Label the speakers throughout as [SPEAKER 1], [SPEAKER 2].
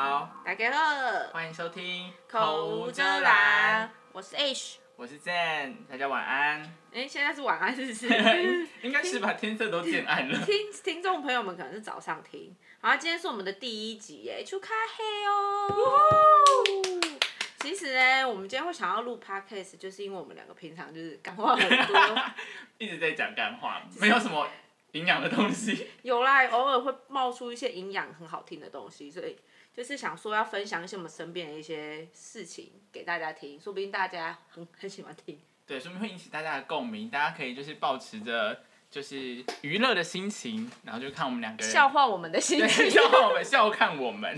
[SPEAKER 1] 家好，
[SPEAKER 2] 欢迎收听
[SPEAKER 1] 口无遮拦，，我是 H。
[SPEAKER 2] 我是 Zen，大家晚 安。
[SPEAKER 1] 哎，现在是晚安，是 不是？
[SPEAKER 2] 应该是吧，天色都渐暗 了。
[SPEAKER 1] 听听众朋友们可能是早上听，然后今天是我们的第一集耶，出咖黑哦。其实呢，我们今天会想要录 podcast，就是因为我们两个平常就是干话很 多，
[SPEAKER 2] 一直在讲干 话，没有什么营养的东西。
[SPEAKER 1] 有啦，偶尔会冒出一些营养很好听的东西，所以就是想说要分享一些我们身边的一些事情给大家听，说不定大家很很喜欢听。
[SPEAKER 2] 对，说明会引起大家的共鸣，大家可以就是保持着就是娱乐的心情，然后就看我们两个人
[SPEAKER 1] 笑话我们的 心
[SPEAKER 2] 对
[SPEAKER 1] 情，
[SPEAKER 2] 笑我们，笑看我们。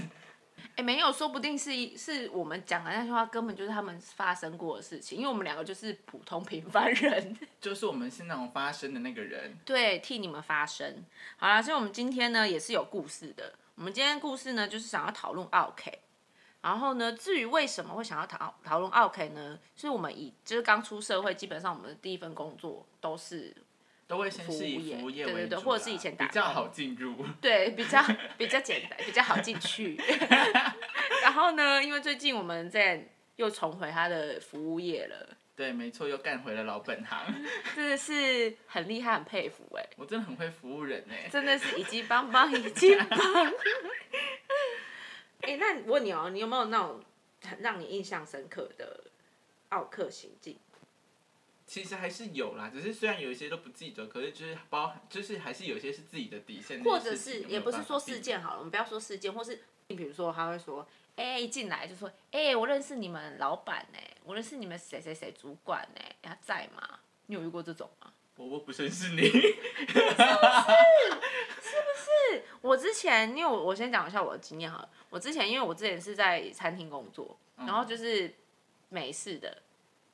[SPEAKER 1] 哎、没有，说不定是一是我们讲的那句话根本就是他们发生过的事情，因为我们两个就是普通平凡 人，
[SPEAKER 2] 就是我们是那种发声的那个人，
[SPEAKER 1] 对，替你们发声。好啦，所以我们今天呢也是有故事的。我们今天故事呢就是想要讨论 OK，然后呢，至于为什么会想要讨讨论 OK 呢，是我们以就是刚出社会，基本上我们的第一份工作都是
[SPEAKER 2] 都会先是以
[SPEAKER 1] 服
[SPEAKER 2] 服
[SPEAKER 1] 务
[SPEAKER 2] 务
[SPEAKER 1] 业
[SPEAKER 2] 业
[SPEAKER 1] 对对
[SPEAKER 2] 为主
[SPEAKER 1] 对
[SPEAKER 2] 啦，
[SPEAKER 1] 或者是以前打
[SPEAKER 2] 比较
[SPEAKER 1] 工
[SPEAKER 2] 好进入。
[SPEAKER 1] 对，比较比较简单，比较好进去。 然后呢，因为最近我们在又重回他的服务业了，
[SPEAKER 2] 对，没错，又干回了老本行。
[SPEAKER 1] 真的是很厉害，很佩服哎、
[SPEAKER 2] 我真的很会服务人哎、
[SPEAKER 1] 真的是一级棒棒，一级棒。哎、那我问你哦，你有没有那种很让你印象深刻的奥克行径？
[SPEAKER 2] 其实还是有啦，只是虽然有一些都不记得，可是就是包含，就是还是有一些是自己的底线，
[SPEAKER 1] 或
[SPEAKER 2] 那
[SPEAKER 1] 者是
[SPEAKER 2] 些事情
[SPEAKER 1] 也不是说事，
[SPEAKER 2] 有没有办法避免
[SPEAKER 1] 件好了，我们不要说事件，或是比如说他会说，哎、一进来就说，哎、我认识你们老板哎、我认识你们谁谁谁主管哎、他在吗？你有遇过这种吗？
[SPEAKER 2] 我我不认识 你，
[SPEAKER 1] 我之前，因为我我先讲一下我的经验好了。我之前因为我之前是在餐厅工作，
[SPEAKER 2] 嗯
[SPEAKER 1] 然后就是美式的，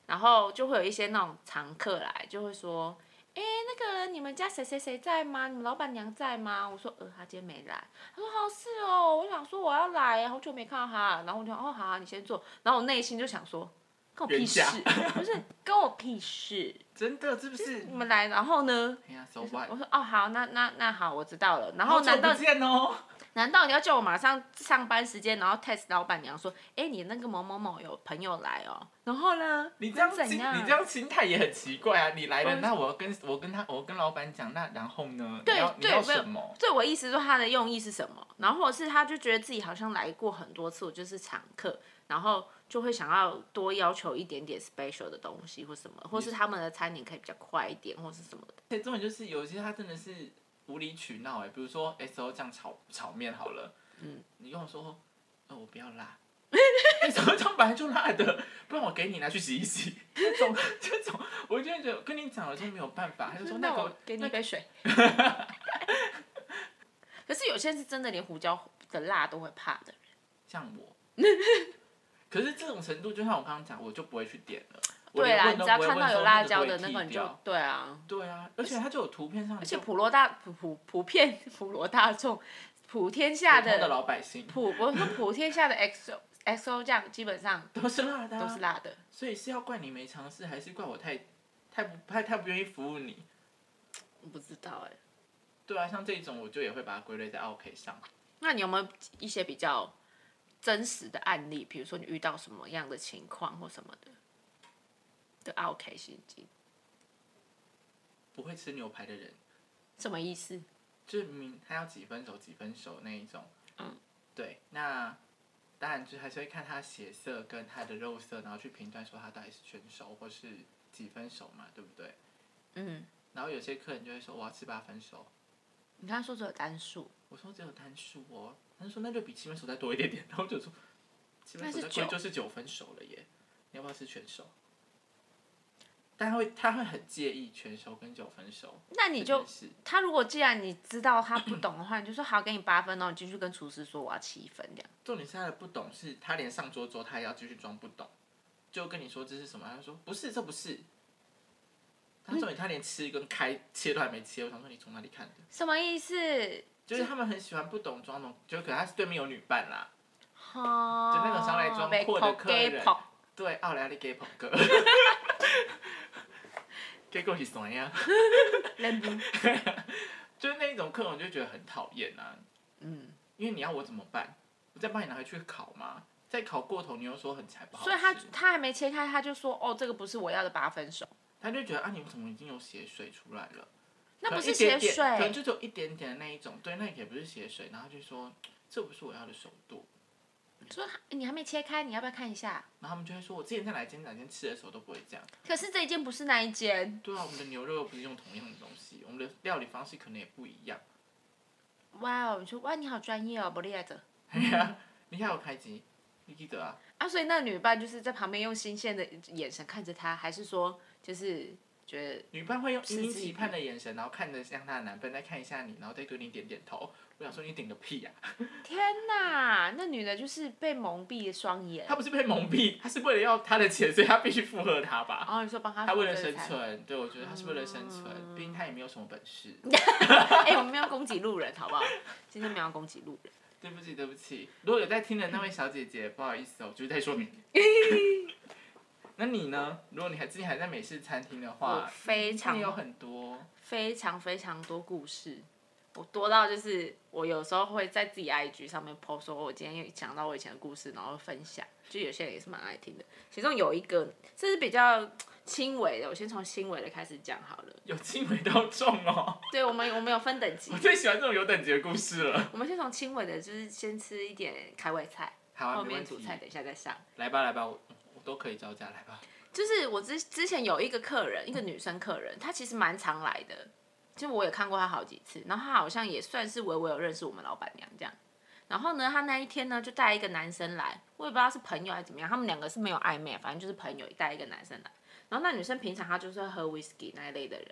[SPEAKER 1] 然后就会有一些那种常客来，就会说：“哎、那个你们家谁谁谁在吗？你们老板娘在吗？”我说：“呃，她今天没来。”他说：“好是哦，我想说我要来，好久没看到她。”然后我就：“哦，好、啊，你先坐。”然后我内心就想说：“跟我屁事
[SPEAKER 2] 人，
[SPEAKER 1] 不是跟我屁事，
[SPEAKER 2] 真的是不是
[SPEAKER 1] 你？们来，然 后呢
[SPEAKER 2] 哎呀，so？”
[SPEAKER 1] 我
[SPEAKER 2] what？
[SPEAKER 1] 说：“哦，好，那那那好，我知道了。” 然
[SPEAKER 2] 好
[SPEAKER 1] 后
[SPEAKER 2] 久
[SPEAKER 1] 难道
[SPEAKER 2] 不见哦？
[SPEAKER 1] 难道你要叫我马上上班时间，然后 test 老板娘说，哎、你那个某某某有朋友来哦，然后呢？
[SPEAKER 2] 你这样
[SPEAKER 1] 那
[SPEAKER 2] 心，
[SPEAKER 1] 怎样？
[SPEAKER 2] 你这样心态也很奇怪啊！你来
[SPEAKER 1] 我
[SPEAKER 2] 了，那我要跟我跟他，我跟老板讲，那然后呢？
[SPEAKER 1] 对
[SPEAKER 2] 你要你
[SPEAKER 1] 对
[SPEAKER 2] 要
[SPEAKER 1] 没有
[SPEAKER 2] 什么？
[SPEAKER 1] 对我意思说他的用意是什么？然后或者是他就觉得自己好像来过很多次，我就是常客，然后就会想要多要求一点点 special 的东西或什么，或是他们的餐点可以比较快一点，或是什么的。
[SPEAKER 2] 而且重点就是有些他真的是无理取闹哎、比如说 S O 酱炒炒面好了，
[SPEAKER 1] 嗯，
[SPEAKER 2] 你跟我说，呃，我不要辣 ，S O 酱本来就辣的，不然我给你拿去洗一洗， 这种这种，我就觉得跟你讲了就没有办法，他就说那
[SPEAKER 1] 我
[SPEAKER 2] 个
[SPEAKER 1] 给你一杯 水。可是有些人是真的连胡椒的辣都会怕的。
[SPEAKER 2] 像我，可是这种程度就像我刚刚讲，我就不会去点了，我
[SPEAKER 1] 对
[SPEAKER 2] 连
[SPEAKER 1] 啦，
[SPEAKER 2] 问
[SPEAKER 1] 你
[SPEAKER 2] 都
[SPEAKER 1] 只要
[SPEAKER 2] 不会
[SPEAKER 1] 看
[SPEAKER 2] 问
[SPEAKER 1] 到有
[SPEAKER 2] 说
[SPEAKER 1] 辣
[SPEAKER 2] 个
[SPEAKER 1] 椒
[SPEAKER 2] 可以
[SPEAKER 1] 的那
[SPEAKER 2] 剔
[SPEAKER 1] 个，你就
[SPEAKER 2] 掉
[SPEAKER 1] 对啊。
[SPEAKER 2] 对啊，而且它就有图片上就，
[SPEAKER 1] 而且普罗大普普普遍普罗大众，普天下
[SPEAKER 2] 普通的
[SPEAKER 1] 的
[SPEAKER 2] 老百姓
[SPEAKER 1] 普我说普天下的 XO XO 酱基本上
[SPEAKER 2] 都是辣的、啊，
[SPEAKER 1] 都是辣的。
[SPEAKER 2] 所以是要怪你没尝试，还是怪我太太不太太不愿意服务你？
[SPEAKER 1] 我不知道哎、
[SPEAKER 2] 对啊，像这种我就也会把它归类在啊 OK 上。
[SPEAKER 1] 那你有没有一些比较真实的案例？比如说你遇到什么样的情况或什么的的 OK 心经，
[SPEAKER 2] 不会吃牛排的人，
[SPEAKER 1] 什么意思？
[SPEAKER 2] 就是明他要几分熟几分熟那一种。
[SPEAKER 1] 嗯，
[SPEAKER 2] 对，那当然就还是会看他血色跟他的肉色，然后去评断说他到底是全熟或是几分熟嘛，对不对？
[SPEAKER 1] 嗯，
[SPEAKER 2] 然后有些客人就会说我要吃八分熟，
[SPEAKER 1] 你刚刚说只有单数，
[SPEAKER 2] 我说只有单数哦，他就说那就比七分熟再多一点点，然后我就说七分熟
[SPEAKER 1] 那
[SPEAKER 2] 再
[SPEAKER 1] 是九
[SPEAKER 2] 多就是九分熟了耶，你要不要吃全熟？但他会他会很介意全熟跟九分熟，
[SPEAKER 1] 那你就是他如果既然你知道他不懂的话，你就说好给你八分，然哦后你继续跟厨师说我要七分这样。
[SPEAKER 2] 重点是他的不懂是，他连上桌之后他也要继续装不懂，就跟你说这是什么，他就说不是，这不是。他重点他连吃跟开切都还没切，我想说你从哪里看的？
[SPEAKER 1] 什么意思？
[SPEAKER 2] 就是他们很喜欢不懂装懂，就可能他是对面有女伴啦，
[SPEAKER 1] 哦，
[SPEAKER 2] 就那种上来装阔的客人
[SPEAKER 1] 被扣 gay pop
[SPEAKER 2] 对，奥莱利给捧 哥，结果是什么呀？
[SPEAKER 1] 人 不
[SPEAKER 2] 就是那一种客人我就觉得很讨厌啊，
[SPEAKER 1] 嗯，
[SPEAKER 2] 因为你要我怎么办？我再帮你拿回去烤嘛，再烤过头你又说很柴不好吃，
[SPEAKER 1] 嗯所以他他还没切开，他就说哦，这个不是我要的八分熟，
[SPEAKER 2] 他就觉得啊，你们怎么已经有血水出来了？
[SPEAKER 1] 那不是
[SPEAKER 2] 可能一点
[SPEAKER 1] 血
[SPEAKER 2] 点可能
[SPEAKER 1] 水，
[SPEAKER 2] 就只有一点点的那一种，对，那也不是血水，然后就说这不是我要的熟度，
[SPEAKER 1] 说哎你还没切开，你要不要看一下？
[SPEAKER 2] 然后他们就会说，我之前在哪间哪间吃的时候都不会这样，
[SPEAKER 1] 可是这一间不是那一间，
[SPEAKER 2] 对啊，我们的牛肉又不是用同样的东西，我们的料理方式可能也不一样，
[SPEAKER 1] 哇哦，你说哇你好专业哦，不厉害的。
[SPEAKER 2] 哎呀，你还有开机，你记得啊，
[SPEAKER 1] 啊，所以那女伴就是在旁边用新鲜的眼神看着他，还是说就是觉得
[SPEAKER 2] 女伴会用
[SPEAKER 1] 是
[SPEAKER 2] 殷殷
[SPEAKER 1] 自己
[SPEAKER 2] 期盼的眼神，然后看着像她的男伴，再看一下你，然后再对你点点头。我想说你顶个屁啊呀、
[SPEAKER 1] 天哪，那女的就是被蒙蔽了双眼
[SPEAKER 2] 他。不是被蒙蔽，他是为了要他的钱，所以他必须附和他吧。
[SPEAKER 1] 然后你说帮她
[SPEAKER 2] 他为了
[SPEAKER 1] 付这个
[SPEAKER 2] 生
[SPEAKER 1] 餐，
[SPEAKER 2] 存，对我觉得他是为了生
[SPEAKER 1] 哦
[SPEAKER 2] 存，毕竟他也没有什么本 事。
[SPEAKER 1] 哎、我们没有攻击路人，好不好？今天没有攻击路人。
[SPEAKER 2] 对不起，对不起，如果有在听的那位小姐姐，不好意思哦，我就是在说明。 那你呢？如果你还自己还在美式餐厅的
[SPEAKER 1] 我
[SPEAKER 2] 话，
[SPEAKER 1] 非
[SPEAKER 2] 一定
[SPEAKER 1] 常
[SPEAKER 2] 有很多。
[SPEAKER 1] 非常非常多故事，我多到就是我有时候会在自己 IG 上面 po 说，我今天又讲到我以前的故事，然后分享，就有些人也是蛮爱听的。其中有一个，这是比较轻微的，我先从轻微的开始讲好了。
[SPEAKER 2] 有轻微到重哦，
[SPEAKER 1] 对我们我们有分等级
[SPEAKER 2] 我，最喜欢这种有等级的故事了。
[SPEAKER 1] 我们先从轻微的，就是先吃一点开胃菜，
[SPEAKER 2] 好啊，
[SPEAKER 1] 后
[SPEAKER 2] 没问
[SPEAKER 1] 面主
[SPEAKER 2] 题。
[SPEAKER 1] 菜等一下再上。
[SPEAKER 2] 来吧，来吧，我我都可以招架，来 吧。
[SPEAKER 1] 就是我之之前有一个客人，一个女生客人，她其实蛮常来的，就我也看过她好几次，然后她好像也算是微微有认识我们老板娘这样。然后呢，她那一天呢就带一个男生来，我也不知道是朋友还是怎么样，他们两个是没有暧昧，反正就是朋友带一个男生来。然后那女生平常她就是喝 whisky 那一类的人，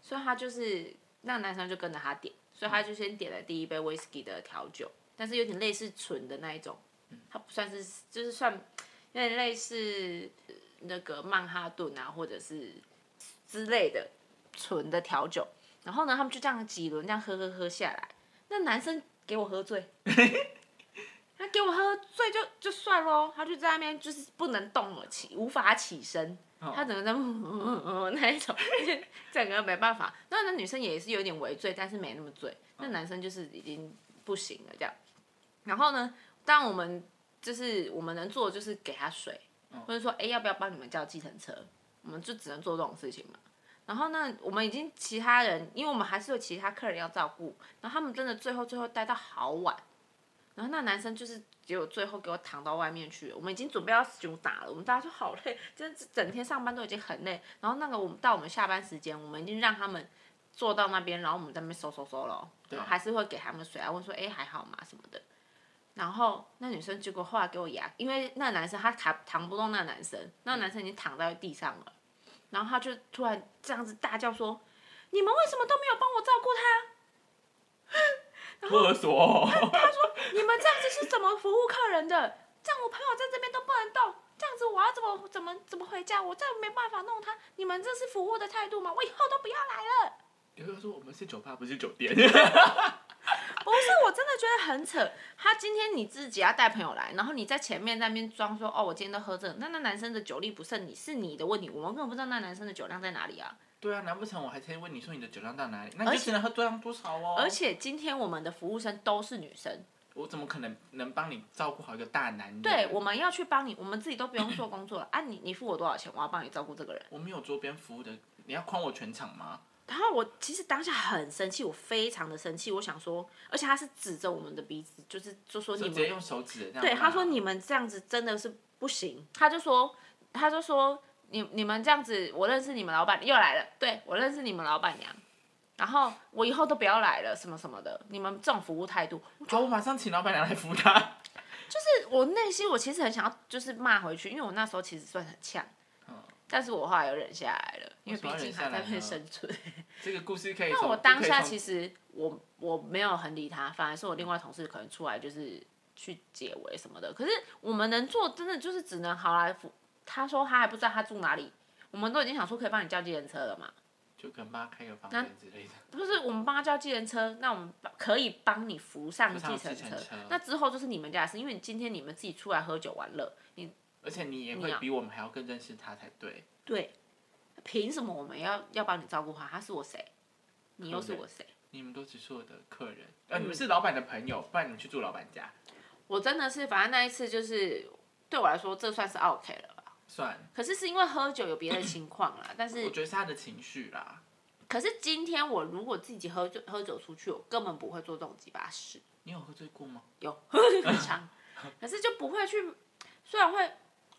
[SPEAKER 1] 所以她就是那男生就跟着她点，所以她就先点了第一杯 whisky 的调酒，但是有点类似纯的那一种，它不算是就是算有点类似那个曼哈顿啊，或者是之类的纯的调酒。然后呢，他们就这样几轮这样喝喝喝下来，那男生给我喝醉，他给我喝醉就就算喽，他就在那边就是不能动了，起无法起身，
[SPEAKER 2] 哦
[SPEAKER 1] 他整个在嗯那一种， 整个没办法。那那女生也是有点微醉，但是没那么醉，那男生就是已经不行了这样。然后呢，当我们就是我们能做的就是给他水，或者说，哎、要不要帮你们叫计程车？我们就只能做这种事情嘛。然后呢，我们已经其他人，因为我们还是有其他客人要照顾，然后他们真的最后最后待到好晚，然后那男生就是结果最后给我躺到外面去了，我们已经准备要熊打了，我们大家说好累，真是整天上班都已经很累。然后那个我们到我们下班时间，我们已经让他们坐到那边，然后我们在那边收收收了，然后还是会给他们水啊，问说哎、还好吗什么的。然后那女生结果后来给我牙，因为那男生他扛扛不动那男生，那男生已经躺在地上了，然后他就突然这样子大叫说：“你们为什么都没有帮我照顾他？
[SPEAKER 2] 托儿所哦，
[SPEAKER 1] 你们这样子是怎么服务客人的？这样我朋友在这边都不能动，这样子我要怎么怎么怎么回家？我再没办法弄他，你们这是服务的态度吗？我以后都不要来了。”
[SPEAKER 2] 有人说我们是酒吧，不是酒 店。
[SPEAKER 1] 不是，我真的觉得很扯。他今天你自己要带朋友来，然后你在前面那边装说哦，我今天都喝这个，那那男生的酒力不胜你是你的问题，我们根本不知道那男生的酒量在哪里啊。
[SPEAKER 2] 对啊，难不成我还先问你说你的酒量到哪里？那你就只能喝多量多少哦。
[SPEAKER 1] 而且今天我们的服务生都是女生，
[SPEAKER 2] 我怎么可能能帮你照顾好一个大男人？
[SPEAKER 1] 对，我们要去帮你，我们自己都不用做工作了啊。你你付我多少钱，我要帮你照顾这个人。
[SPEAKER 2] 我没有桌边服务的，你要诓我全场吗？
[SPEAKER 1] 然后我其实当下很生气，我非常的生气，我想说，而且他是指着我们的鼻子，就是就说
[SPEAKER 2] 就
[SPEAKER 1] 你
[SPEAKER 2] 直
[SPEAKER 1] 们
[SPEAKER 2] 接用手指这样。
[SPEAKER 1] 对，他说。你们这样子真的是不行。他就说，他就说你你们这样子，我认识你们老板又来了，对我认识你们老板娘，然后我以后都不要来了，什么什么的。你们这种服务态度，
[SPEAKER 2] 好，我马上请老板娘来服他。
[SPEAKER 1] 就是我内心我其实很想要就是骂回去，因为我那时候其实算很呛，但是我后来又忍下来了，因为毕
[SPEAKER 2] 嗯为什么要忍
[SPEAKER 1] 竟还
[SPEAKER 2] 下来
[SPEAKER 1] 在被
[SPEAKER 2] 呢
[SPEAKER 1] 生存。
[SPEAKER 2] 这个故事可以
[SPEAKER 1] 那
[SPEAKER 2] 从。
[SPEAKER 1] 我当下
[SPEAKER 2] 可以从
[SPEAKER 1] 其实我我没有很理他，反而是我另外同事可能出来就是去解围什么的。可是我们能做真的就是只能好来服。他说他还不知道他住哪里，我们都已经想说可以帮你叫计程车 了嘛，
[SPEAKER 2] 就跟妈开个房间之类的。
[SPEAKER 1] 不是我们帮他叫计程车，那我们帮可以帮你扶上
[SPEAKER 2] 扶
[SPEAKER 1] 计
[SPEAKER 2] 上
[SPEAKER 1] 程
[SPEAKER 2] 计
[SPEAKER 1] 车
[SPEAKER 2] 程车。
[SPEAKER 1] 那之后就是你们家的事，因为你今天你们自己出来喝酒玩乐，你
[SPEAKER 2] 而且你也
[SPEAKER 1] 你
[SPEAKER 2] 会
[SPEAKER 1] 要
[SPEAKER 2] 比我们还要更认识他才对。
[SPEAKER 1] 对，凭什么我们要要帮你照顾他？他是我谁？你又是
[SPEAKER 2] 对
[SPEAKER 1] 我谁？嗯
[SPEAKER 2] 你们都只是我的客人，呃，你们是老板的朋友，不然你们去住老板家。
[SPEAKER 1] 我真的是，反正那一次就是对我来说，这算是 OK 了吧。
[SPEAKER 2] 算，
[SPEAKER 1] 可是是因为喝酒有别的情况啦， 但
[SPEAKER 2] 我
[SPEAKER 1] 是
[SPEAKER 2] 觉得是他的情绪啦。
[SPEAKER 1] 可是今天我如果自己喝酒喝酒出去，我根本不会做这种鸡巴事，
[SPEAKER 2] 你有喝醉过吗？
[SPEAKER 1] 有 很长，可是就不会去，虽然会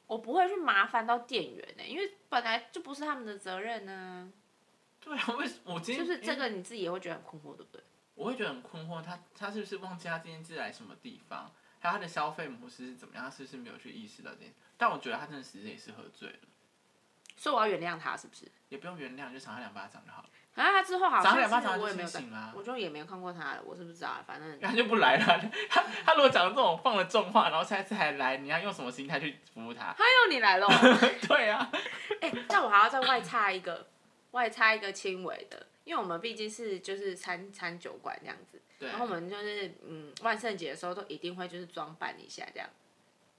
[SPEAKER 1] 我不会去麻烦到店员呢、因为本来就不是他们的责任呢、
[SPEAKER 2] 对啊，为什我今天
[SPEAKER 1] 就是这
[SPEAKER 2] 因为
[SPEAKER 1] 个你自己也会觉得很困惑，对不对？
[SPEAKER 2] 我会觉得很困惑，他他是不是忘记他今天是来什么地方，还有他的消费模式是怎么样，他是不是没有去意识到这件事？但我觉得他真的其实也是喝醉了，
[SPEAKER 1] 所以我要原谅他，是不是？
[SPEAKER 2] 也不用原谅，就赏他两巴掌就好了。
[SPEAKER 1] 然后他之后好
[SPEAKER 2] 赏他两巴
[SPEAKER 1] 像
[SPEAKER 2] 掌
[SPEAKER 1] 是我
[SPEAKER 2] 他
[SPEAKER 1] 也
[SPEAKER 2] 就
[SPEAKER 1] 没
[SPEAKER 2] 清
[SPEAKER 1] 有在
[SPEAKER 2] 醒啊啦、
[SPEAKER 1] 我就也没有看过他了，我是不知道啊，反正
[SPEAKER 2] 他就不来了。他他如果讲了这种放了重话，然后下一次还来，你要用什么心态去服务他？
[SPEAKER 1] 哎呦你来了，
[SPEAKER 2] 对 啊，
[SPEAKER 1] 哎、但我还要再外插一个，外插一个轻微的，因为我们毕竟是就是餐餐酒馆这样子，
[SPEAKER 2] 对
[SPEAKER 1] 然后我们就是嗯万圣节的时候都一定会就是装扮一下这样，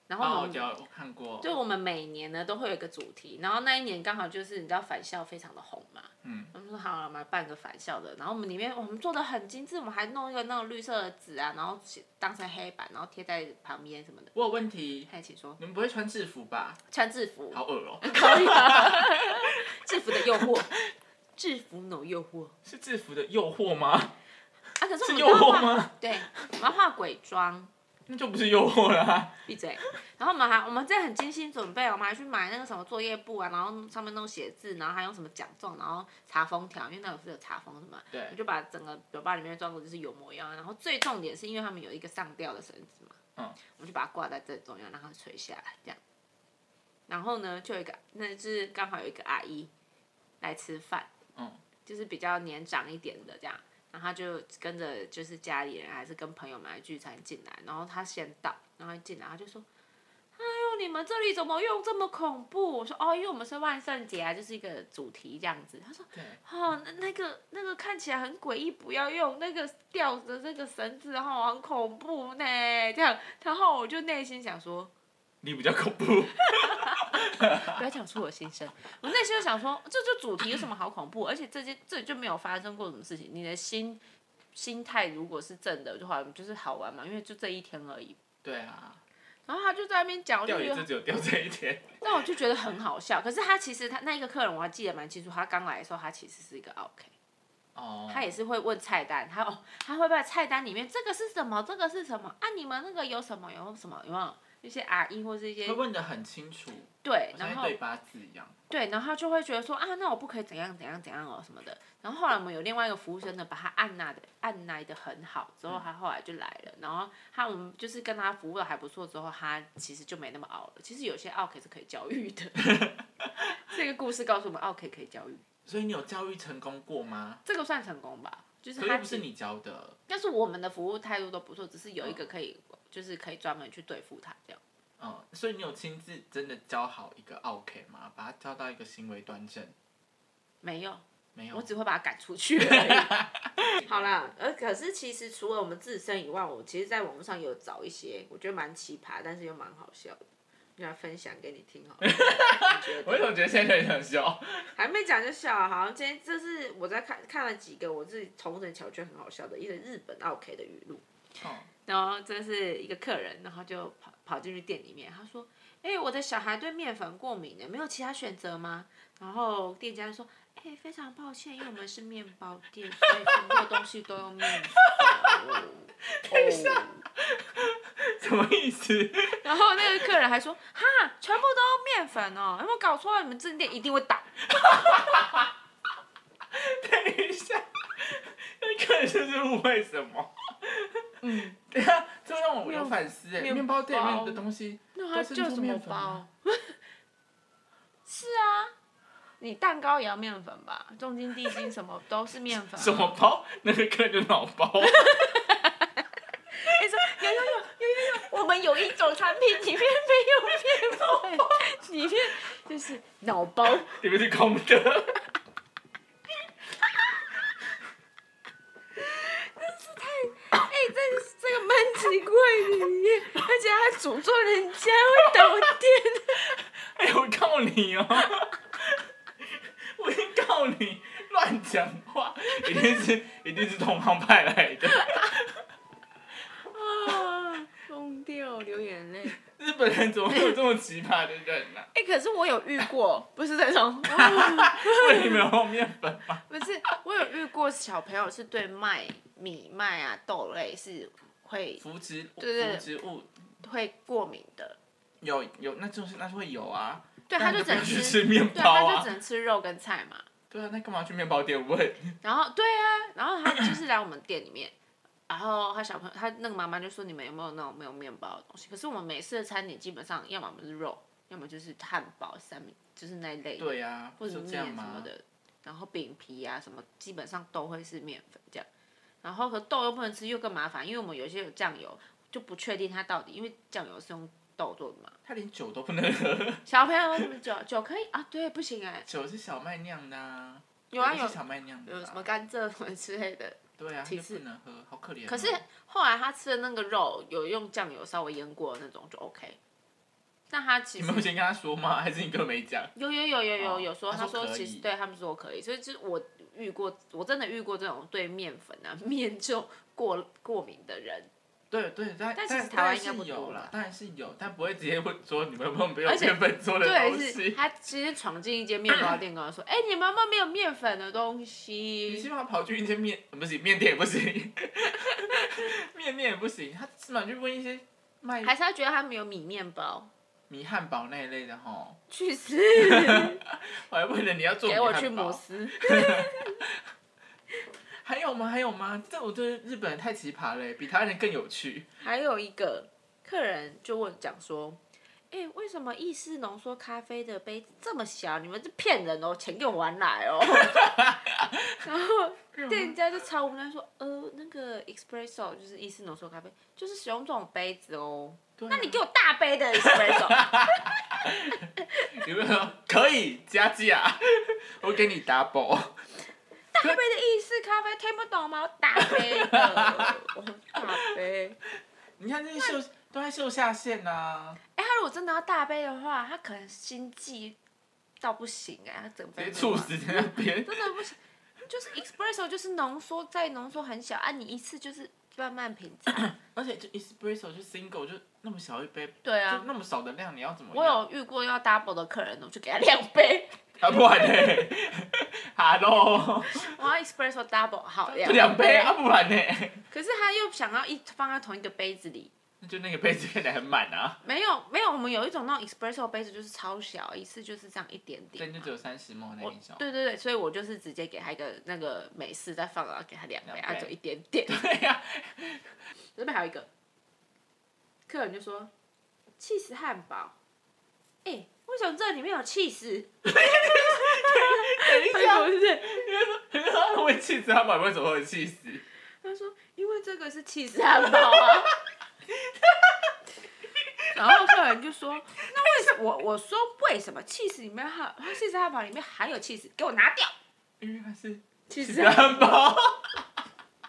[SPEAKER 1] 然后
[SPEAKER 2] 哦，
[SPEAKER 1] 我
[SPEAKER 2] 我
[SPEAKER 1] 们、
[SPEAKER 2] 有我看过，
[SPEAKER 1] 就我们每年呢都会有一个主题，然后那一年刚好就是你知道返校非常的红嘛，
[SPEAKER 2] 嗯，
[SPEAKER 1] 我们说好了，我们来办个返校的，然后我们里面我们做的很精致，我们还弄一个那种绿色的纸啊，然后写当成黑板，然后贴在旁边什么的。
[SPEAKER 2] 我有问题，
[SPEAKER 1] 嗨，请说，
[SPEAKER 2] 你们不会穿制服吧？
[SPEAKER 1] 穿制服
[SPEAKER 2] 好恶哦、
[SPEAKER 1] 可以啊，制服的诱惑，制服 no 诱惑
[SPEAKER 2] 是制服的诱惑吗？
[SPEAKER 1] 啊，可是我
[SPEAKER 2] 是
[SPEAKER 1] 们
[SPEAKER 2] 诱
[SPEAKER 1] 都要
[SPEAKER 2] 惑
[SPEAKER 1] 化，
[SPEAKER 2] 吗？
[SPEAKER 1] 对，我们要化鬼妆，
[SPEAKER 2] 那就不是诱惑了、啊。
[SPEAKER 1] 闭嘴。然后我们还我们这很精心准备，我们还去买那个什么作业簿啊，然后上面弄写字，然后还用什么奖状，然后查封条，因为那有是有查封的嘛，
[SPEAKER 2] 对
[SPEAKER 1] 我就把整个酒吧里面装的就是有模样啊。然后最重点是因为他们有一个上吊的绳子嘛，
[SPEAKER 2] 嗯，
[SPEAKER 1] 我们就把它挂在最中央，让它垂下来这样。然后呢，就有一个，那就是刚好有一个阿姨来吃饭，
[SPEAKER 2] 嗯，
[SPEAKER 1] 就是比较年长一点的这样，然后她就跟着就是家里人还是跟朋友们来聚餐进来，然后她先到，然后一进来她就说。哎呦，你们这里怎么用这么恐怖？我说哦，因为我们是万圣节啊，就是一个主题这样子。她说
[SPEAKER 2] 对，
[SPEAKER 1] 哦，那那个那个看起来很诡异，不要用那个吊着那个绳子，哦，很恐怖呢。这样，然后我就内心想说，
[SPEAKER 2] 你比较恐怖。
[SPEAKER 1] 不要讲出我心声。我内心就想说，这就主题有什么好恐怖？而且这件这里就没有发生过什么事情。你的心心态如果是正的，就好就是好玩嘛，因为就这一天而已。
[SPEAKER 2] 对啊，
[SPEAKER 1] 然后他就在那边讲，我就
[SPEAKER 2] 掉
[SPEAKER 1] 觉
[SPEAKER 2] 也
[SPEAKER 1] 得
[SPEAKER 2] 就只有掉这一天。
[SPEAKER 1] 但我就觉得很好笑。可是他其实他那一个客人我还记得蛮清楚，他刚来的时候他其实是一个 OK，
[SPEAKER 2] 哦，
[SPEAKER 1] 他也是会问菜单，他哦他会把菜单里面这个是什么，这个是什么啊？你们那个有什么有没有什么有没有？一些阿姨或是一些
[SPEAKER 2] 会问的很清楚，
[SPEAKER 1] 对，
[SPEAKER 2] 像在
[SPEAKER 1] 然后
[SPEAKER 2] 对八字一样。
[SPEAKER 1] 对，然后他就会觉得说啊，那我不可以怎样怎样怎样哦什么的。然后后来我们有另外一个服务生呢，把他按捺的按捺的很好，之
[SPEAKER 2] 嗯
[SPEAKER 1] 后他后来就来了。然后他我们就是跟他服务的还不错，之后他其实就没那么傲了。其实有些傲 K 是可以教育的， 这个故事告诉我们傲 K 可以教育，
[SPEAKER 2] 所以你有教育成功过吗？
[SPEAKER 1] 这个算成功吧。就是
[SPEAKER 2] 可是
[SPEAKER 1] 他
[SPEAKER 2] 又不
[SPEAKER 1] 其
[SPEAKER 2] 是嗯你教的。
[SPEAKER 1] 但是我们的服务态度都不错，只是有一个可以就是可以专门去对付他这样。
[SPEAKER 2] 嗯，所以你有亲自真的教好一个 OK 吗？把他教到一个行为端正？
[SPEAKER 1] 没有，
[SPEAKER 2] 没有
[SPEAKER 1] 我。只会把他赶出去 而已。 好啦，呃，可是其实除了我们自身以外，我其实在网络上有找一些我觉得蛮奇葩，但是又蛮好笑的，就来分享给你听好了。你觉
[SPEAKER 2] 我
[SPEAKER 1] 得？
[SPEAKER 2] 怎么觉得现在很想笑？
[SPEAKER 1] 还没讲就笑了，好像今天这是我在看看了几个我自己重整桥觉得很好笑的一个日本 OK 的语录。
[SPEAKER 2] 哦，
[SPEAKER 1] 然后这是一个客人，然后就跑跑进去店里面，他说：“哎、我的小孩对面粉过敏的，没有其他选择吗？”然后店家就说：“哎、非常抱歉，因为我们是面包店，所以全部东西都用面粉。哦
[SPEAKER 2] 等一下什么意思？
[SPEAKER 1] 然后那个客人还说：“哈，全部都用面粉哦，有没有搞错？你们这店一定会打。”
[SPEAKER 2] 等一下，那个人是不是误会什么？
[SPEAKER 1] 嗯，
[SPEAKER 2] 等一下，这让我有反思哎，
[SPEAKER 1] 面
[SPEAKER 2] 面包店里面的东西
[SPEAKER 1] 那他
[SPEAKER 2] 都是
[SPEAKER 1] 叫
[SPEAKER 2] 做
[SPEAKER 1] 什么
[SPEAKER 2] 面粉
[SPEAKER 1] 包
[SPEAKER 2] 吗？
[SPEAKER 1] 是啊，你蛋糕也要面粉吧？重金地精什么都是面粉 啊、
[SPEAKER 2] 什么包？那个客人就脑 包。
[SPEAKER 1] 你说哎有有有有有有，我们有一种产品里面没有面粉，里面就是脑包。
[SPEAKER 2] 你们是空的。
[SPEAKER 1] 哎、在这个蛮奇怪的耶，而且还诅咒人家会倒 店。
[SPEAKER 2] 哎、我告你哦、我已经告你乱讲话，一定是一定是同行派来的。
[SPEAKER 1] 啊，疯掉！
[SPEAKER 2] 对人怎么会有这么奇葩的人呢、啊？
[SPEAKER 1] 哎、可是我有遇过，不是这种，
[SPEAKER 2] 为你们有泡面粉吗？
[SPEAKER 1] 不是我有遇过小朋友是对麦米麦啊豆类是会
[SPEAKER 2] 扶植
[SPEAKER 1] 对对对
[SPEAKER 2] 扶植物
[SPEAKER 1] 会过敏的，
[SPEAKER 2] 有有，那就是那是会有啊。
[SPEAKER 1] 对，
[SPEAKER 2] 那
[SPEAKER 1] 他
[SPEAKER 2] 你就
[SPEAKER 1] 就只能
[SPEAKER 2] 不去
[SPEAKER 1] 吃，
[SPEAKER 2] 吃面
[SPEAKER 1] 对，
[SPEAKER 2] 包
[SPEAKER 1] 他
[SPEAKER 2] 啊
[SPEAKER 1] 就只能吃肉跟菜嘛。
[SPEAKER 2] 对啊，那干嘛去面包店问？
[SPEAKER 1] 然后对啊，然后他就是来我们店里面，然后他小朋友他那个妈妈就说你们有没有那种没有面包的东西？可是我们美式的餐点基本上要么就是肉，要么就是汉堡、三明，就是那一类的，
[SPEAKER 2] 对呀、啊，
[SPEAKER 1] 或
[SPEAKER 2] 不
[SPEAKER 1] 者
[SPEAKER 2] 是这
[SPEAKER 1] 面
[SPEAKER 2] 样
[SPEAKER 1] 什么
[SPEAKER 2] 吗？
[SPEAKER 1] 的，然后饼皮啊什么，基本上都会是面粉这样。然后和豆又不能吃，又更麻烦，因为我们有些有酱油，就不确定它到底，因为酱油是用豆做的 嘛。
[SPEAKER 2] 他连酒都不能喝，
[SPEAKER 1] 小朋友为什么酒酒可以啊？对，不行哎、
[SPEAKER 2] 酒是小麦酿的、啊。
[SPEAKER 1] 有啊
[SPEAKER 2] 的
[SPEAKER 1] 有
[SPEAKER 2] 是小麦酿的、啊。
[SPEAKER 1] 有什么？甘蔗什么之类的，
[SPEAKER 2] 对啊，
[SPEAKER 1] 其
[SPEAKER 2] 他就
[SPEAKER 1] 次
[SPEAKER 2] 不能喝，好可怜哦、
[SPEAKER 1] 可是后来他吃的那个肉有用酱油稍微腌过的那种就 OK，但他其
[SPEAKER 2] 你
[SPEAKER 1] 实
[SPEAKER 2] 们有先跟他说吗？还是你根本没讲？
[SPEAKER 1] 有有有有有
[SPEAKER 2] 哦
[SPEAKER 1] 有说，
[SPEAKER 2] 他
[SPEAKER 1] 他
[SPEAKER 2] 说
[SPEAKER 1] 说
[SPEAKER 2] 可
[SPEAKER 1] 其实
[SPEAKER 2] 以
[SPEAKER 1] 对他们说可以，所以就是我遇过，我真的遇过这种对面粉啊 面就过过敏的人，
[SPEAKER 2] 对对，但
[SPEAKER 1] 但
[SPEAKER 2] 但
[SPEAKER 1] 其实
[SPEAKER 2] 但
[SPEAKER 1] 台湾
[SPEAKER 2] 是
[SPEAKER 1] 应该不
[SPEAKER 2] 有
[SPEAKER 1] 多
[SPEAKER 2] 啦
[SPEAKER 1] 啦，
[SPEAKER 2] 当然是有，但不会直接问说你们有没有没有
[SPEAKER 1] 而且
[SPEAKER 2] 面粉做的
[SPEAKER 1] 对，
[SPEAKER 2] 东
[SPEAKER 1] 是
[SPEAKER 2] 西。
[SPEAKER 1] 他直接闯进一间面包店，跟我说，哎、你们有没有没有面粉的东
[SPEAKER 2] 你
[SPEAKER 1] 西？
[SPEAKER 2] 起码跑去一间面，呃不是面店也不行， 面店也不行，他起码去问一些卖
[SPEAKER 1] 还是他觉得他没有米面包？
[SPEAKER 2] 米汉堡那一类的吼，
[SPEAKER 1] 去 死！
[SPEAKER 2] 我还问了你要做米
[SPEAKER 1] 给
[SPEAKER 2] 汉堡。
[SPEAKER 1] 我去摩斯。
[SPEAKER 2] 还有吗？还有吗？这我觉得日本人太奇葩了，比台湾人更有趣。
[SPEAKER 1] 还有一个客人就问讲说：“哎、为什么意式浓缩咖啡的杯子这么小？你们是骗人哦，钱给我玩来 哦。”然后店家就超无奈说：“呃，那个 espresso 就是意式浓缩咖啡，就是使用这种杯子哦。
[SPEAKER 2] 对啊
[SPEAKER 1] 那你给我大杯的 espresso，
[SPEAKER 2] 有没有 可以加价？ 我给你 double。
[SPEAKER 1] 大杯的意式咖啡听不懂吗？我大杯的，我大杯。
[SPEAKER 2] 你看这些秀都在秀下限呐、啊，
[SPEAKER 1] 哎、他如果真的要大杯的话，他可能心悸到不行哎、他整
[SPEAKER 2] 直
[SPEAKER 1] 杯
[SPEAKER 2] 接
[SPEAKER 1] 都
[SPEAKER 2] 猝
[SPEAKER 1] 完
[SPEAKER 2] 死在那边。
[SPEAKER 1] 真的不行，就是 espresso 就是浓缩再浓缩很小啊，你一次就是慢慢品尝。
[SPEAKER 2] 而且就 espresso 就 single 就那么小一杯，
[SPEAKER 1] 对
[SPEAKER 2] 就
[SPEAKER 1] 啊，
[SPEAKER 2] 那么少的量，你要怎么
[SPEAKER 1] 我
[SPEAKER 2] 样？
[SPEAKER 1] 有遇过要 double 的客人，我就给他两杯，
[SPEAKER 2] 啊，不然呢 ？Hello，
[SPEAKER 1] 我要 espresso double 好
[SPEAKER 2] 就两杯啊，不然呢？
[SPEAKER 1] 可是他又想要一放在同一个杯子里，
[SPEAKER 2] 那就那个杯子看起来很满啊，
[SPEAKER 1] 没有没有，我们有一种那种 espresso 杯子就是超小，一次就是这样一点
[SPEAKER 2] 对，
[SPEAKER 1] 点
[SPEAKER 2] 就
[SPEAKER 1] 嘛。
[SPEAKER 2] 只有三十毛那
[SPEAKER 1] 我
[SPEAKER 2] 一种。
[SPEAKER 1] 对对对，所以我就是直接给他一个那个美式，再放然后给他两杯，
[SPEAKER 2] 两
[SPEAKER 1] 啊，
[SPEAKER 2] 杯
[SPEAKER 1] 就一点点。
[SPEAKER 2] 对呀、
[SPEAKER 1] 这边还有一个，客人就说：“气死汉堡，哎、为什么这里面有气死？
[SPEAKER 2] 等一下，
[SPEAKER 1] 不是，
[SPEAKER 2] 他会气死，他宝为什么会气死？
[SPEAKER 1] 他说因为这个是气死汉堡啊。 然后客人就说：“那为什我我说为什么气死里面还气死汉堡里面还有气死？给我拿掉！
[SPEAKER 2] 因为他是
[SPEAKER 1] 气死
[SPEAKER 2] 死，汉堡，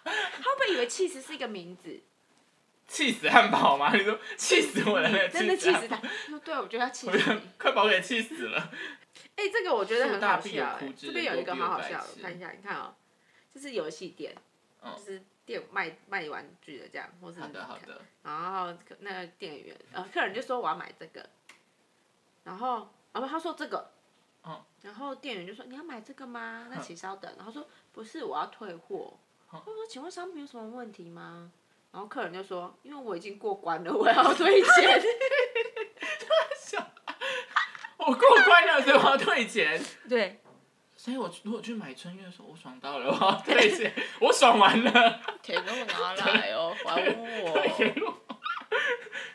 [SPEAKER 1] 他会不会以为气死是一个 名字？
[SPEAKER 2] 气死汉堡吗？你说气死我了，那个
[SPEAKER 1] 真的气
[SPEAKER 2] 汉
[SPEAKER 1] 死
[SPEAKER 2] 堡
[SPEAKER 1] 他？他说对，我觉得要气
[SPEAKER 2] 我
[SPEAKER 1] 死
[SPEAKER 2] 觉
[SPEAKER 1] 你
[SPEAKER 2] 得。快把我给气死了。
[SPEAKER 1] 哎、这个我觉得很好
[SPEAKER 2] 树大
[SPEAKER 1] 笑、
[SPEAKER 2] 必有
[SPEAKER 1] 哎
[SPEAKER 2] 枯，枝
[SPEAKER 1] 这边有一个好好笑的
[SPEAKER 2] 人，多必有百
[SPEAKER 1] 我
[SPEAKER 2] 枝
[SPEAKER 1] 看一下，你看哦，这是游戏店，
[SPEAKER 2] 嗯
[SPEAKER 1] 就是店卖卖玩具的这样，或是
[SPEAKER 2] 好的好的，
[SPEAKER 1] 然后客那个店员呃客人就说我要买这个，然后啊不他说这个，
[SPEAKER 2] 嗯
[SPEAKER 1] 然后店员就说你要买这个吗？那请稍等，然后说不是我要退货，
[SPEAKER 2] 嗯
[SPEAKER 1] 我说请问商品有什么问题吗？然后客人就说因为我已经过关了，我要 退钱。
[SPEAKER 2] 我过关了，所以我要退钱。
[SPEAKER 1] 对，
[SPEAKER 2] 所以我如果去买春月的时候，我爽到了，我要退 钱，我爽完了，
[SPEAKER 1] 钱给我拿来哦，还 我。
[SPEAKER 2] 退给我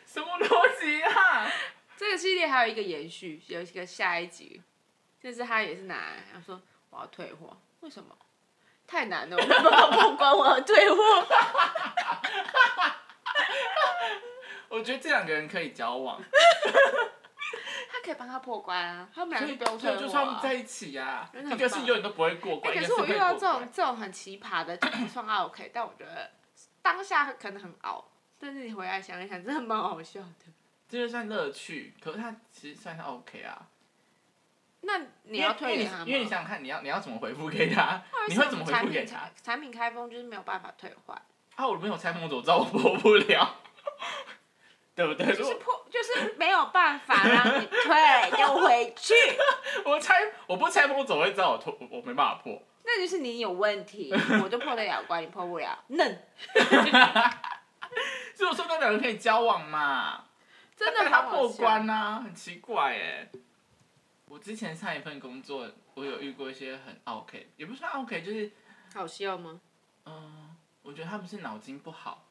[SPEAKER 2] 什么逻辑啊？
[SPEAKER 1] 这个系列还有一个延续，有一个下一集，就是他也是拿来，他说我要退货，为什么？太难了，我没办法过关，我要退货。
[SPEAKER 2] 我觉得这两个人可以交往，
[SPEAKER 1] 他可以帮他破关啊，他们
[SPEAKER 2] 所
[SPEAKER 1] 俩
[SPEAKER 2] 以
[SPEAKER 1] 就不用
[SPEAKER 2] 所以
[SPEAKER 1] 退
[SPEAKER 2] 就
[SPEAKER 1] 货、
[SPEAKER 2] 算他们
[SPEAKER 1] 啊。
[SPEAKER 2] 在一起呀、
[SPEAKER 1] 真的
[SPEAKER 2] 一
[SPEAKER 1] 很
[SPEAKER 2] 个是永远都不会过
[SPEAKER 1] 哎、
[SPEAKER 2] 关，
[SPEAKER 1] 可
[SPEAKER 2] 一
[SPEAKER 1] 是
[SPEAKER 2] 个
[SPEAKER 1] 我
[SPEAKER 2] 会
[SPEAKER 1] 遇
[SPEAKER 2] 过
[SPEAKER 1] 到这种
[SPEAKER 2] 关
[SPEAKER 1] 这种很奇葩的，就不算 OK，但我觉得当下可能很熬，但是你回来想一想，真的蛮好笑的。
[SPEAKER 2] 这就算乐趣，可是他其实算是 OK 啊。
[SPEAKER 1] 那你要退
[SPEAKER 2] 因为
[SPEAKER 1] 给
[SPEAKER 2] 因
[SPEAKER 1] 他
[SPEAKER 2] 为
[SPEAKER 1] 吗？
[SPEAKER 2] 你因为你想想看，你要你要怎么回复给他，你会怎么回
[SPEAKER 1] 产
[SPEAKER 2] 复给
[SPEAKER 1] 品
[SPEAKER 2] 他？
[SPEAKER 1] 产品开封就是没有办法退换。
[SPEAKER 2] 啊，我没有拆封，我怎么知道我播不了？ 对不对？
[SPEAKER 1] 就是破，就是没有办法让 你退又回去，
[SPEAKER 2] 我拆，我不拆封，我怎么会知道我脱？我我没办法破。
[SPEAKER 1] 那就是你有问题，我就破得了关，你破不了，嫩，
[SPEAKER 2] 所以我说那两个人可以交往嘛？
[SPEAKER 1] 真
[SPEAKER 2] 但
[SPEAKER 1] 的
[SPEAKER 2] 他
[SPEAKER 1] 蛮好
[SPEAKER 2] 破
[SPEAKER 1] 笑
[SPEAKER 2] 关啊，很奇怪哎。我之前上一份工作，我有遇过一些很 OK，也不算 OK，就是
[SPEAKER 1] 好笑吗？
[SPEAKER 2] 嗯、呃我觉得他们是脑筋不好，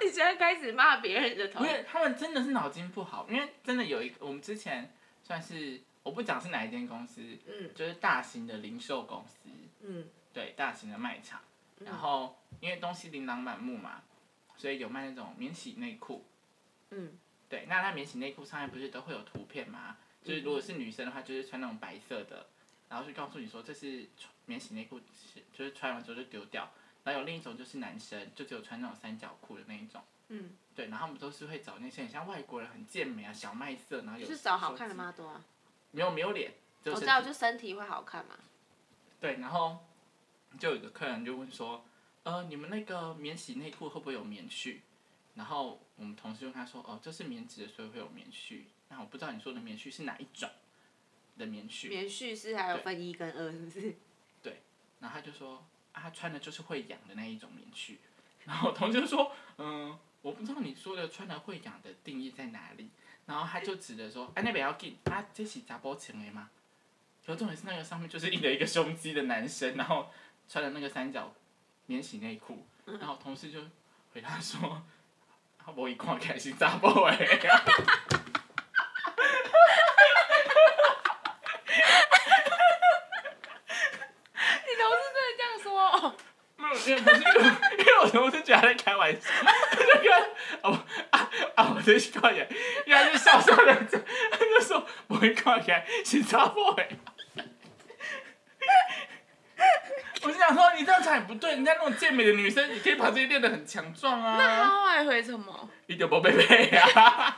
[SPEAKER 1] 你现在开始骂别人的头
[SPEAKER 2] 不，是他们真的是脑筋不好，因为真的有一个我们之前算是我不讲是哪一间公司，
[SPEAKER 1] 嗯
[SPEAKER 2] 就是大型的零售公司，
[SPEAKER 1] 嗯
[SPEAKER 2] 对，大型的卖场，然后因为东西琳琅满目嘛，所以有卖那种免洗内裤，
[SPEAKER 1] 嗯
[SPEAKER 2] 对，那它免洗内裤上面不是都会有图片吗？就是如果是女生的话，就是穿那种白色的，然后就告诉你说这是穿免洗内裤，是就是穿完之后就丢掉。然后有另一种就是男生，就只有穿那种三角裤的那一种。
[SPEAKER 1] 嗯，
[SPEAKER 2] 对，然后我们都是会找那些很像外国人很健美啊，小麦色，然后有
[SPEAKER 1] 就是找好看哦的
[SPEAKER 2] 手
[SPEAKER 1] 妈多啊，
[SPEAKER 2] 机？没有没有脸，就
[SPEAKER 1] 我
[SPEAKER 2] 是
[SPEAKER 1] 知道，就身体会好看嘛，
[SPEAKER 2] 对，然后就有一个客人就问说，呃，你们那个免洗内裤会不会有棉絮？然后我们同事就跟他说，哦，这是棉质的，所以会有棉絮。那我不知道你说的棉絮是哪一种的棉絮。
[SPEAKER 1] 棉絮是还有分一跟二，是 不是？
[SPEAKER 2] 然后他就说，啊，他穿的就是会痒的那一种棉絮。然后我同事就说，嗯，我不知道你说的穿的会痒的定义在哪里。然后他就指着说，哎、那边要进，啊，这是杂包情的吗？有重点是那个上面就是印了一个胸肌的男生，然后穿的那个三角免洗内裤，然后同事就回答说，啊，我一看开心杂包哎。
[SPEAKER 1] 你同事真的这样说哦？
[SPEAKER 2] 没有，因为不是因为我因为我同事觉得他在开玩笑，就跟哦啊啊，我真是快点，因为他就笑笑的，他就说不会快点，是查某的。我是想说，你这样讲也不对，人家那种健美的女生，你可以把自己练得很强壮
[SPEAKER 1] 那
[SPEAKER 2] 啊，
[SPEAKER 1] 他后来回什么？
[SPEAKER 2] 一点不被配啊。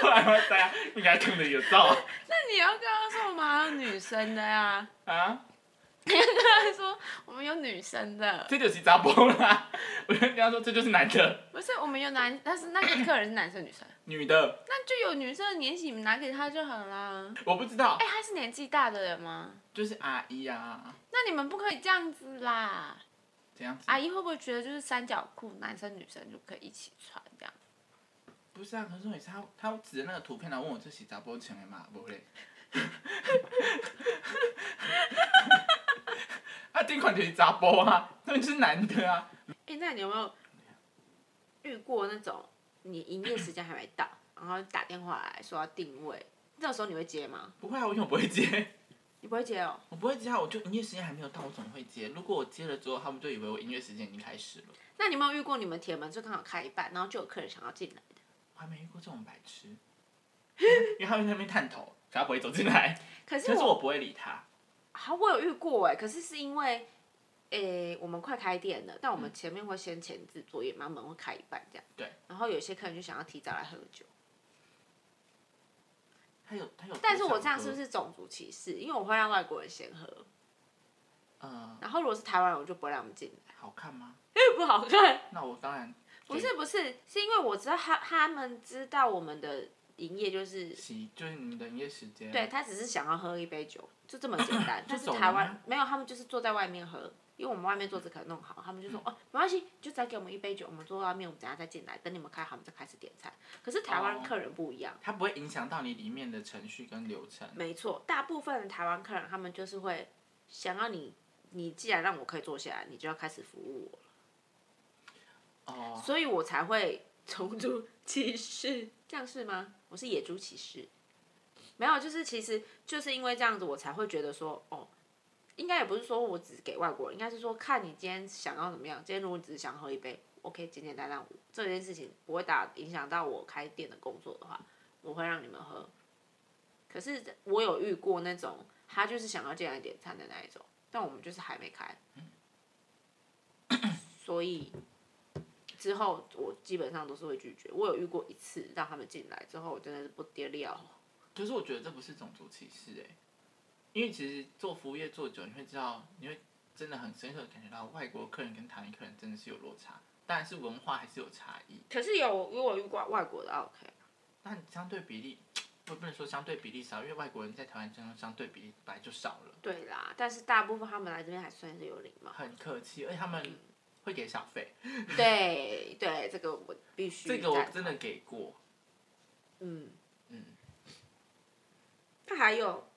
[SPEAKER 2] 后来我大家应该看的有照
[SPEAKER 1] 那你要跟他说我们还有女生的 呀、
[SPEAKER 2] 啊。
[SPEAKER 1] 你要跟他说我们有女生的，
[SPEAKER 2] 这就是查甫啦。我就跟他说这就是男的、
[SPEAKER 1] 不是我们有男，但是那个客人是男生女生，
[SPEAKER 2] 女的，
[SPEAKER 1] 那就有女生的年纪，你们拿给他就好啦。
[SPEAKER 2] 我不知道
[SPEAKER 1] 哎、，他是年纪大的人吗？
[SPEAKER 2] 就是阿姨啊，
[SPEAKER 1] 那你们不可以这样子啦。
[SPEAKER 2] 怎样子？
[SPEAKER 1] 阿姨会不会觉得就是三角裤，男生女生就可以一起穿这样？
[SPEAKER 2] 不是啊，可是你他他指着那个图片来啊问我这是查甫穿的嘛，无嘞。 啊，顶款就是查甫啊，那就是男的啊。
[SPEAKER 1] 哎、那你有没有遇过那种你营业时间还没到，然后打电话来说要定位，这种时候你会接吗？
[SPEAKER 2] 不会啊，我因为我不会接，
[SPEAKER 1] 你不会接哦、
[SPEAKER 2] 我不会接啊，我就营业时间还没有到，我怎么会接？如果我接了之后，他们就以为我营业时间已经开始了。
[SPEAKER 1] 那你有没有遇过你们铁门就刚好开一半，然后就有客人想要进来的？
[SPEAKER 2] 我还没遇过这种白痴，因为他们在那边探头，可他不会走进来，
[SPEAKER 1] 可是
[SPEAKER 2] 但是
[SPEAKER 1] 我
[SPEAKER 2] 我不会理他。
[SPEAKER 1] 啊，我有遇过哎、可是是因为，诶、我们快开店了，但我们前面会先前置作业嘛，门会开一半这样。
[SPEAKER 2] 嗯对。
[SPEAKER 1] 然后有些客人就想要提早来喝酒，
[SPEAKER 2] 他有他有多少个，
[SPEAKER 1] 但是我这样是不是种族歧视？因为我会让外国人先喝，
[SPEAKER 2] 呃
[SPEAKER 1] 然后如果是台湾人，我就不会让他们进来，
[SPEAKER 2] 好看吗？
[SPEAKER 1] 因为不好看。
[SPEAKER 2] 那我当然
[SPEAKER 1] 不是不是，是因为我知道他他们知道我们的营业就是，
[SPEAKER 2] 洗，就是你们的营业时间。。
[SPEAKER 1] 对，他只是想要喝一杯酒，就这么简单 但是
[SPEAKER 2] 就走了
[SPEAKER 1] 台
[SPEAKER 2] 吗
[SPEAKER 1] 湾没有，他们就是坐在外面喝，因为我们外面桌子可能弄好，他们就
[SPEAKER 2] 嗯
[SPEAKER 1] 说、哦没关系，就再给我们一杯酒，我们坐外面，我们等下再进来，等你们开好，我们再开始点餐。可是台
[SPEAKER 2] 哦
[SPEAKER 1] 湾客人不一样，
[SPEAKER 2] 它不会影响到你里面的程序跟流程。
[SPEAKER 1] 没错，大部分的台湾客人他们就是会想要你，你既然让我可以坐下来，你就要开始服务我，
[SPEAKER 2] 哦，
[SPEAKER 1] 所以我才会种族歧视， 这样是吗？我是野猪歧视，没有，就是其实就是因为这样子，我才会觉得说，哦，应该也不是说我只给外国人，应该是说看你今天想要怎么样。今天如果你只是想喝一杯，OK，简简单单，这件事情不会打影响到我开店的工作的话，我会让你们喝。可是我有遇过那种，他就是想要进来点餐的那一种，但我们就是还没开，所以之后我基本上都是会拒绝。我有遇过一次让他们进来之后，我真的是不得了。
[SPEAKER 2] 可是我觉得这不是种族歧视哎、因为其实做服务业做久，你会知道，你会真的很深刻的感觉到外国客人跟台湾客人真的是有落差。当然是文化还是有差异，
[SPEAKER 1] 可是有，如果遇过外国的啊 OK，
[SPEAKER 2] 但相对比例，我也不能说相对比例少，因为外国人在台湾真的相对比例本来就少了，
[SPEAKER 1] 对啦，但是大部分他们来这边还算是有礼 貌。
[SPEAKER 2] 很客气，而且他们会给小费，
[SPEAKER 1] 对对，这个我必须
[SPEAKER 2] 这
[SPEAKER 1] 赞
[SPEAKER 2] 个
[SPEAKER 1] 哦同。
[SPEAKER 2] 我真的给过，
[SPEAKER 1] 嗯
[SPEAKER 2] 嗯，
[SPEAKER 1] 那还有，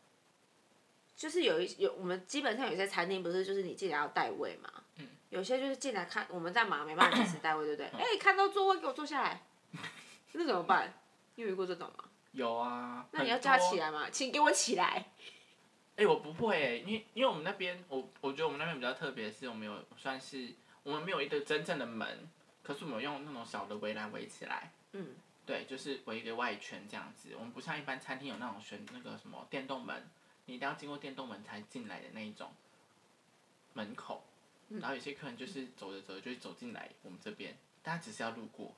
[SPEAKER 1] 就是有一有我们基本上有些餐厅不是就是你进来要带位嘛，
[SPEAKER 2] 嗯，
[SPEAKER 1] 有些就是进来看我们在忙没办法及时带位，对不对？哎、看到座位给我坐下来， 那怎么办？你有遇过这种吗？
[SPEAKER 2] 有啊，
[SPEAKER 1] 那你要
[SPEAKER 2] 很
[SPEAKER 1] 叫他
[SPEAKER 2] 多
[SPEAKER 1] 起来吗？请给我起来。
[SPEAKER 2] 哎、我不会、欸，因为因为我们那边，我我觉得我们那边比较特别，是我们有算是我们没有一个真正的门，可是我们用那种小的围栏围起来，
[SPEAKER 1] 嗯，
[SPEAKER 2] 对，就是围一个外圈这样子。我们不像一般餐厅有那种选那个什么电动门，你一定要经过电动门才进来的那一种门口，
[SPEAKER 1] 嗯
[SPEAKER 2] 然后有些客人就是走着走着就会走进来我们这边，但他只是要路过，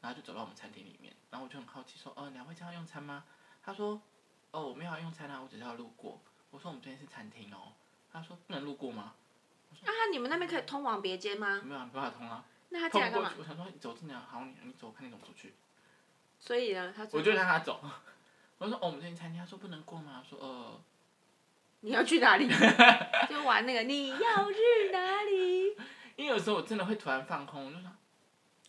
[SPEAKER 2] 然后就走到我们餐厅里面，然后我就很好奇说，哦，两位这样用餐吗？他说。哦，我没有要用餐啊，我只是要路过。我说我们这边是餐厅哦，他说不能路过吗？嗯
[SPEAKER 1] 那、啊你们那边可以通往别间吗？
[SPEAKER 2] 没有啊，没办法通啊，
[SPEAKER 1] 那他进
[SPEAKER 2] 通
[SPEAKER 1] 来
[SPEAKER 2] 不过
[SPEAKER 1] 干嘛
[SPEAKER 2] 去。？我想说你走进来，好，你你走，看你怎么出去。
[SPEAKER 1] 所以呢，他
[SPEAKER 2] 我
[SPEAKER 1] 说
[SPEAKER 2] 就让他走。 我说哦，我们这边餐厅，他说不能过吗？我说呃，
[SPEAKER 1] 你要去 哪里？就玩那个你要去哪里？
[SPEAKER 2] 因为有时候我真的会突然放空，我就说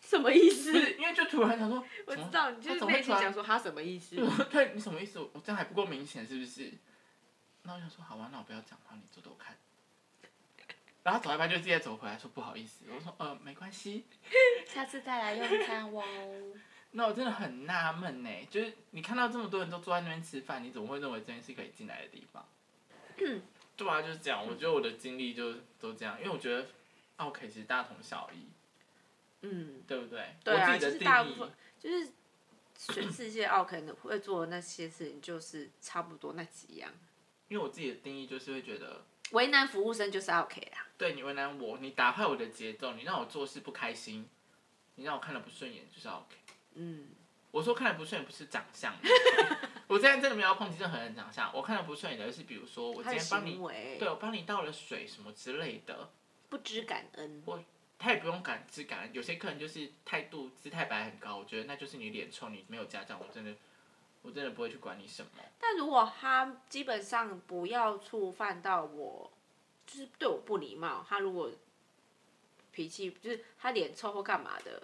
[SPEAKER 1] 什么意
[SPEAKER 2] 不
[SPEAKER 1] 思？
[SPEAKER 2] 是，因为就突然想说，
[SPEAKER 1] 我
[SPEAKER 2] 怎
[SPEAKER 1] 知
[SPEAKER 2] 么
[SPEAKER 1] 道，你就
[SPEAKER 2] 他
[SPEAKER 1] 是
[SPEAKER 2] 怎么会
[SPEAKER 1] 内心
[SPEAKER 2] 突然
[SPEAKER 1] 想说他什么意思
[SPEAKER 2] 对？我说对你什么意思？我这样还不够明显是不是？那我想说好吧，那我不要讲话，你走走看。然后走一半就直接走回来说不好意思，我说呃没关系，
[SPEAKER 1] 下次再来用餐哦。
[SPEAKER 2] 那我真的很纳闷呢，就是你看到这么多人都坐在那边吃饭，你怎么会认为这边是可以进来的地方？对啊，就是这样。我觉得我的经历就都这样，因为我觉得 OK 其实大同小异，
[SPEAKER 1] 嗯，
[SPEAKER 2] 对不对？
[SPEAKER 1] 对
[SPEAKER 2] 我
[SPEAKER 1] 啊
[SPEAKER 2] 自己
[SPEAKER 1] 就
[SPEAKER 2] 的
[SPEAKER 1] 是大
[SPEAKER 2] 定
[SPEAKER 1] 部分
[SPEAKER 2] 义，
[SPEAKER 1] 就是全世界奥肯会做的那些事情，就是差不多那几样。
[SPEAKER 2] 因为我自己的定义就是会觉得，
[SPEAKER 1] 为难服务生就是 OK 啦，
[SPEAKER 2] 对你为难我，你打坏我的节奏，你让我做事不开心，你让我看了不顺眼，就是 OK。
[SPEAKER 1] 嗯，
[SPEAKER 2] 我说看了不顺眼不是长相， 我现在真的没有要抨击任何人的长相，我看了不顺眼的是比如说我今
[SPEAKER 1] 他的
[SPEAKER 2] 天帮你
[SPEAKER 1] 行，为
[SPEAKER 2] 对我帮你倒了水什么之类的，
[SPEAKER 1] 不知感恩，
[SPEAKER 2] 他也不用感知感恩，有些客人就是态度姿态摆很高，我觉得那就是你脸臭，你没有家长，我真的，我真的不会去管你什么。
[SPEAKER 1] 但如果他基本上不要触犯到我，就是对我不礼貌，他如果脾气就是他脸臭或干嘛的，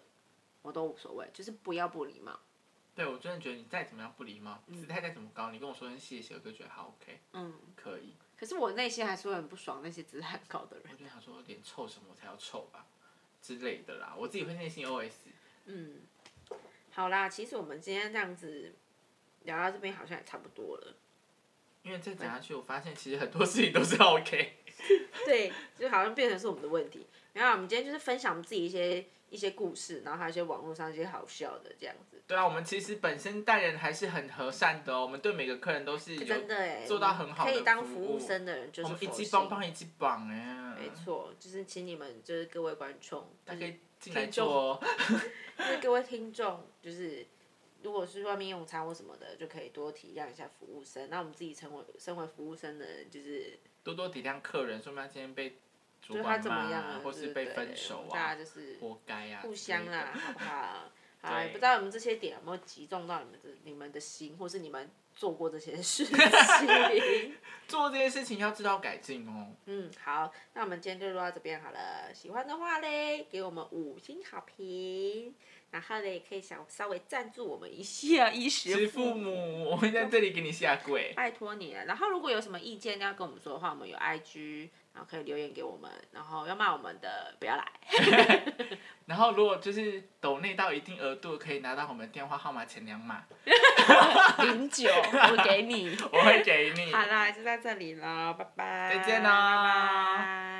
[SPEAKER 1] 我都无所谓，就是不要不礼貌。
[SPEAKER 2] 对我真的觉得你再怎么样不礼貌，姿态再怎么高，你跟我说声谢谢，我就觉得好 OK，
[SPEAKER 1] 嗯，
[SPEAKER 2] 可以。
[SPEAKER 1] 可是我内心还是会很不爽那些姿态很高的人。
[SPEAKER 2] 我就想说脸臭什么我才要臭吧之类的啦，我自己会内心 OS。
[SPEAKER 1] 嗯，好啦，其实我们今天这样子聊到这边好像也差不多了。
[SPEAKER 2] 因为再讲下去，我发现其实很多事情都是 OK。
[SPEAKER 1] 对，就好像变成是我们的问题。然后我们今天就是分享我们自己一些一些故事，然后还有一些网络上一些好笑的这样子。
[SPEAKER 2] 对啊，我们其实本身待人还是很和善的哦，我们对每个客人都是有
[SPEAKER 1] 真，的哎，
[SPEAKER 2] 做到很好的
[SPEAKER 1] 可以当
[SPEAKER 2] 服
[SPEAKER 1] 服
[SPEAKER 2] 务
[SPEAKER 1] 务生的人就
[SPEAKER 2] 我
[SPEAKER 1] 是
[SPEAKER 2] 们一
[SPEAKER 1] 佛
[SPEAKER 2] 级
[SPEAKER 1] 系
[SPEAKER 2] 棒棒一级棒哎，
[SPEAKER 1] 没错，就是请你们就是各位观众，
[SPEAKER 2] 大
[SPEAKER 1] 就
[SPEAKER 2] 家可
[SPEAKER 1] 是
[SPEAKER 2] 以进来
[SPEAKER 1] 听众
[SPEAKER 2] 坐哦。
[SPEAKER 1] 就是各位听众，就是如果是外面用餐或什么的，就可以多体谅一下服务生。那我们自己成为身为服务生的人，就是
[SPEAKER 2] 多多体谅客人，说明他今天被主
[SPEAKER 1] 就是他
[SPEAKER 2] 管
[SPEAKER 1] 怎么
[SPEAKER 2] 骂
[SPEAKER 1] 样了
[SPEAKER 2] 啊，，或是
[SPEAKER 1] 对
[SPEAKER 2] 被
[SPEAKER 1] 对
[SPEAKER 2] 分手
[SPEAKER 1] 大家
[SPEAKER 2] 啊，
[SPEAKER 1] 就是
[SPEAKER 2] 活该啊，
[SPEAKER 1] 互相啦，。好 不好？好啦，
[SPEAKER 2] 对
[SPEAKER 1] 也不知道你们这些点有没有击中到你们的你们的心，或是你们做过这些事情。
[SPEAKER 2] 做这些事情要知道改进哦。
[SPEAKER 1] 嗯，好，那我们今天就录到这边好了。喜欢的话嘞，给我们五星好评，然后嘞，可以想稍微赞助我们一下衣食
[SPEAKER 2] 其
[SPEAKER 1] 父
[SPEAKER 2] 父
[SPEAKER 1] 母，
[SPEAKER 2] 母，我会在这里给你下跪。
[SPEAKER 1] 拜托你了。然后如果有什么意见要跟我们说的话，我们有 IG，然后可以留言给我们。然后要骂我们的不要来，
[SPEAKER 2] 然后如果就是抖内到一定额度，可以拿到我们电话号码前两码，
[SPEAKER 1] 零九我给你。
[SPEAKER 2] 我会给你。
[SPEAKER 1] 好啦，就到这里了，拜拜。
[SPEAKER 2] 再见咯
[SPEAKER 1] 拜拜。